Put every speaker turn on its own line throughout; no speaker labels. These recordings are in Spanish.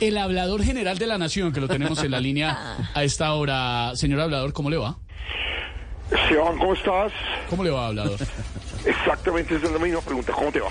el hablador general de la nación, que lo tenemos en la línea a esta hora. Señor hablador, ¿cómo le va?
Esteban, ¿cómo estás?
¿Cómo le va, hablador?
Exactamente, esa es la misma pregunta. ¿Cómo te va?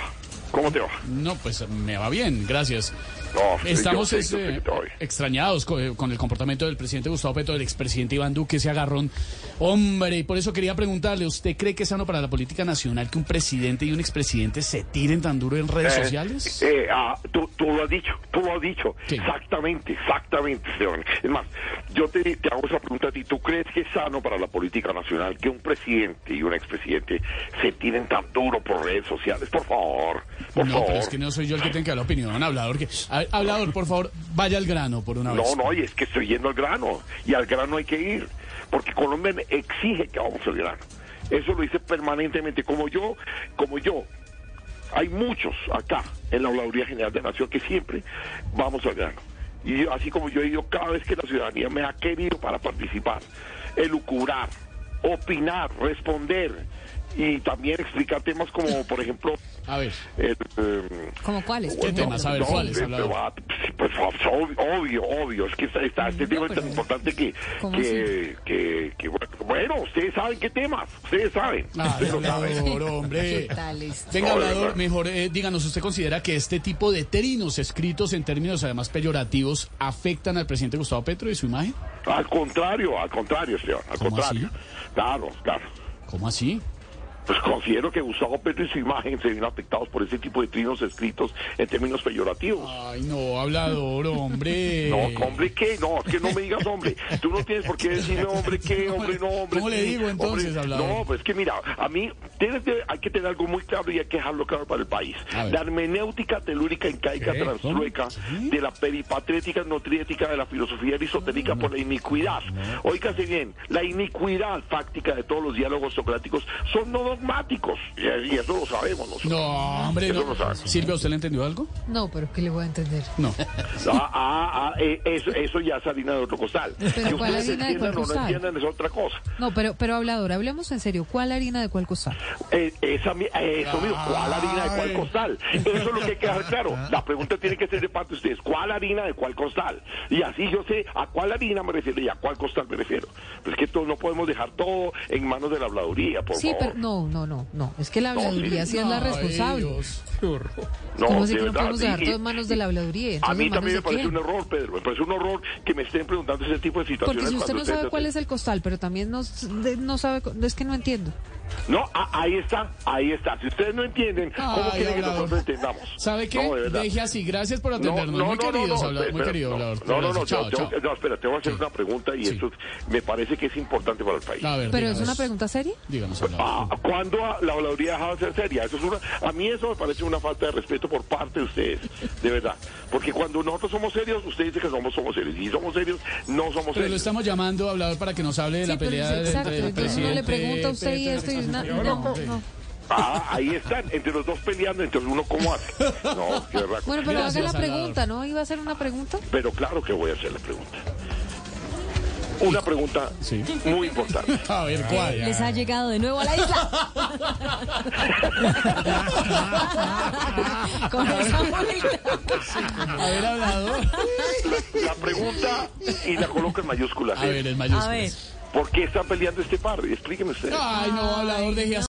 ¿Cómo te va?
No, pues me va bien, gracias.
No, sí,
Estamos
yo sé, yo sé
este,
que te va bien.
extrañados co- eh, con el comportamiento del presidente Gustavo Petro, del expresidente Iván Duque, ese agarrón. Hombre, y por eso quería preguntarle, ¿usted cree que es sano para la política nacional que un presidente y un expresidente se tiren tan duro en redes
Eh,
sociales?
eh, ah, tú, tú lo has dicho, tú lo has dicho.
Sí.
Exactamente, exactamente, Esteban. Es más, yo te, te hago esa pregunta a ti. ¿Tú crees que es sano para la política nacional que un presidente y un expresidente se tiren tan duro por redes sociales? Por favor, por
no,
favor.
pero es que no soy yo el que tenga que dar la opinión, hablador. Que, a ver, hablador, por favor, vaya al grano por una vez.
No, no, y es que estoy yendo al grano. Y al grano hay que ir. Porque Colombia me exige que vamos al grano. Eso lo hice permanentemente. Como yo, como yo. Hay muchos acá en la Habladuría General de la Nación que siempre vamos al grano. Y yo, así como yo he ido cada vez que la ciudadanía me ha querido para participar, elucubrar, opinar, responder y también explicar temas como, por ejemplo,
A ver,
el, eh,
¿Cómo cuáles?
¿Qué temas? A ver,
no,
¿cuáles,
hombre,
hablador?
pero, ah, pues, pues, obvio, obvio, obvio, es que está, está- este
No,
tema es
pero-
tan importante que,
¿cómo
que, que, que, bueno, bueno, ustedes saben qué temas, ustedes saben.
Ah,
ustedes lo saben.
hablador, hombre.
¿Qué tal esto?
Venga,
Joder,
hablador,
¿verdad?
mejor eh, díganos, ¿usted considera que este tipo de trinos escritos en términos además peyorativos afectan al presidente Gustavo Petro y su imagen?
Al contrario, al contrario, Esteban, al
¿Cómo
contrario. Claro, claro.
¿Cómo así?
Pues considero que Gustavo Petro y su imagen se ven afectados por ese tipo de trinos escritos en términos peyorativos.
Ay, no, hablador, hombre.
No, hombre, ¿qué? No, es que no me digas hombre. Tú no tienes por qué decirme hombre, ¿qué? Hombre, no, hombre.
¿Cómo le
sí,
digo entonces,
hombre.
hablador?
No, pues es que mira, a mí tienes que- hay que tener algo muy claro y hay que dejarlo claro para el país.
A ver.
La hermenéutica telúrica, incaica,
¿Qué? ¿Cómo?
transtrueca,
¿Sí?
de la peripatrética, nutriética, de la filosofía aristotélica por la iniquidad. Óigase bien, la iniquidad fáctica de todos los diálogos socráticos son no dogmáticos. Y, y eso lo sabemos nosotros.
No, hombre,
Eso
no.
lo sabes.
Silvia, ¿usted le entendió algo?
No, pero ¿qué le voy a entender?
No.
Ah, ah, ah, eh, eso, eso ya es harina de otro costal.
Pero
que
¿cuál
ustedes
harina de
entiendan
cuál
o no
costal?
entiendan es otra cosa.
No, pero, pero hablador, hablemos en serio. ¿Cuál harina de cuál costal?
Eh, esa, mi- eh, eso mismo, ¿cuál harina de cuál
Ay.
costal? Eso es lo que hay que dejar claro. La pregunta tiene que ser de parte de ustedes, ¿cuál harina de cuál costal? Y así yo sé a cuál harina me refiero y a cuál costal me refiero. Pero es que todos no podemos dejar todo en manos de la habladuría, por
Sí, pero
favor.
no, no, no, no. Es que la
No,
habladuría sí es la
Ay,
responsable.
Dios, qué horror.
No,
¿Cómo así
de
que no
verdad.
podemos dejar
Y-
todo en manos de la habladuría?
A
Entonces,
mí
¿en manos
también
de
me parece
quién?
un error, Pedro. Me parece un horror que me estén preguntando ese tipo de situaciones.
Porque si
cuando
usted no sabe
ustedes-
cuál es el costal, pero también no, s- de- no sabe, cu- es que no entiendo.
No, a- ahí está, ahí está. Si ustedes no entienden, ¿cómo
Ay,
quieren que
hablador.
nosotros entendamos?
¿Sabe qué?
No, de verdad.
Deje así. Gracias por atendernos. muy querido, hablador. Muy
espera,
querido,
no,
hablador.
No, no, no,
Chao,
yo- yo-
chao.
no, espera, te voy a hacer una pregunta y
Sí.
esto me parece que es importante para el país.
A ver,
Pero
díganos.
es una pregunta seria.
Díganos, hablador.
Ah, ¿Cuándo a- la habladuría ha dejado de ser seria? Eso es una, a mí eso me parece una falta de respeto por parte de ustedes, de verdad. Porque cuando nosotros somos serios, ustedes dicen que somos, somos serios. Y si somos serios, no somos
Pero lo
serios.
estamos llamando, hablador, para que nos hable de la
sí, pero
pelea
es-
de-
exacto.
entre el
Entonces
presidente.
uno le pregunta a usted y
Petro el
esto y una,
expresidente.
no, no.
Ah, ahí están, entre los dos peleando, entonces uno cómo hace. No, qué verdad.
Bueno, pero haga
Gracias,
la
hablador.
pregunta, ¿no? ¿Iba a hacer una pregunta?
Pero claro que voy a hacer la pregunta. Una pregunta
Sí.
muy importante.
A ver, ¿cuál?
Les ha llegado de nuevo a la isla. Con esa vuelta.
A ver, hablador.
La pregunta, y la coloco en mayúsculas,
A ver,
es,
en
A ver.
mayúsculas.
¿por qué están peleando este par? Explíqueme ustedes.
Ay, no, hablador, deje así.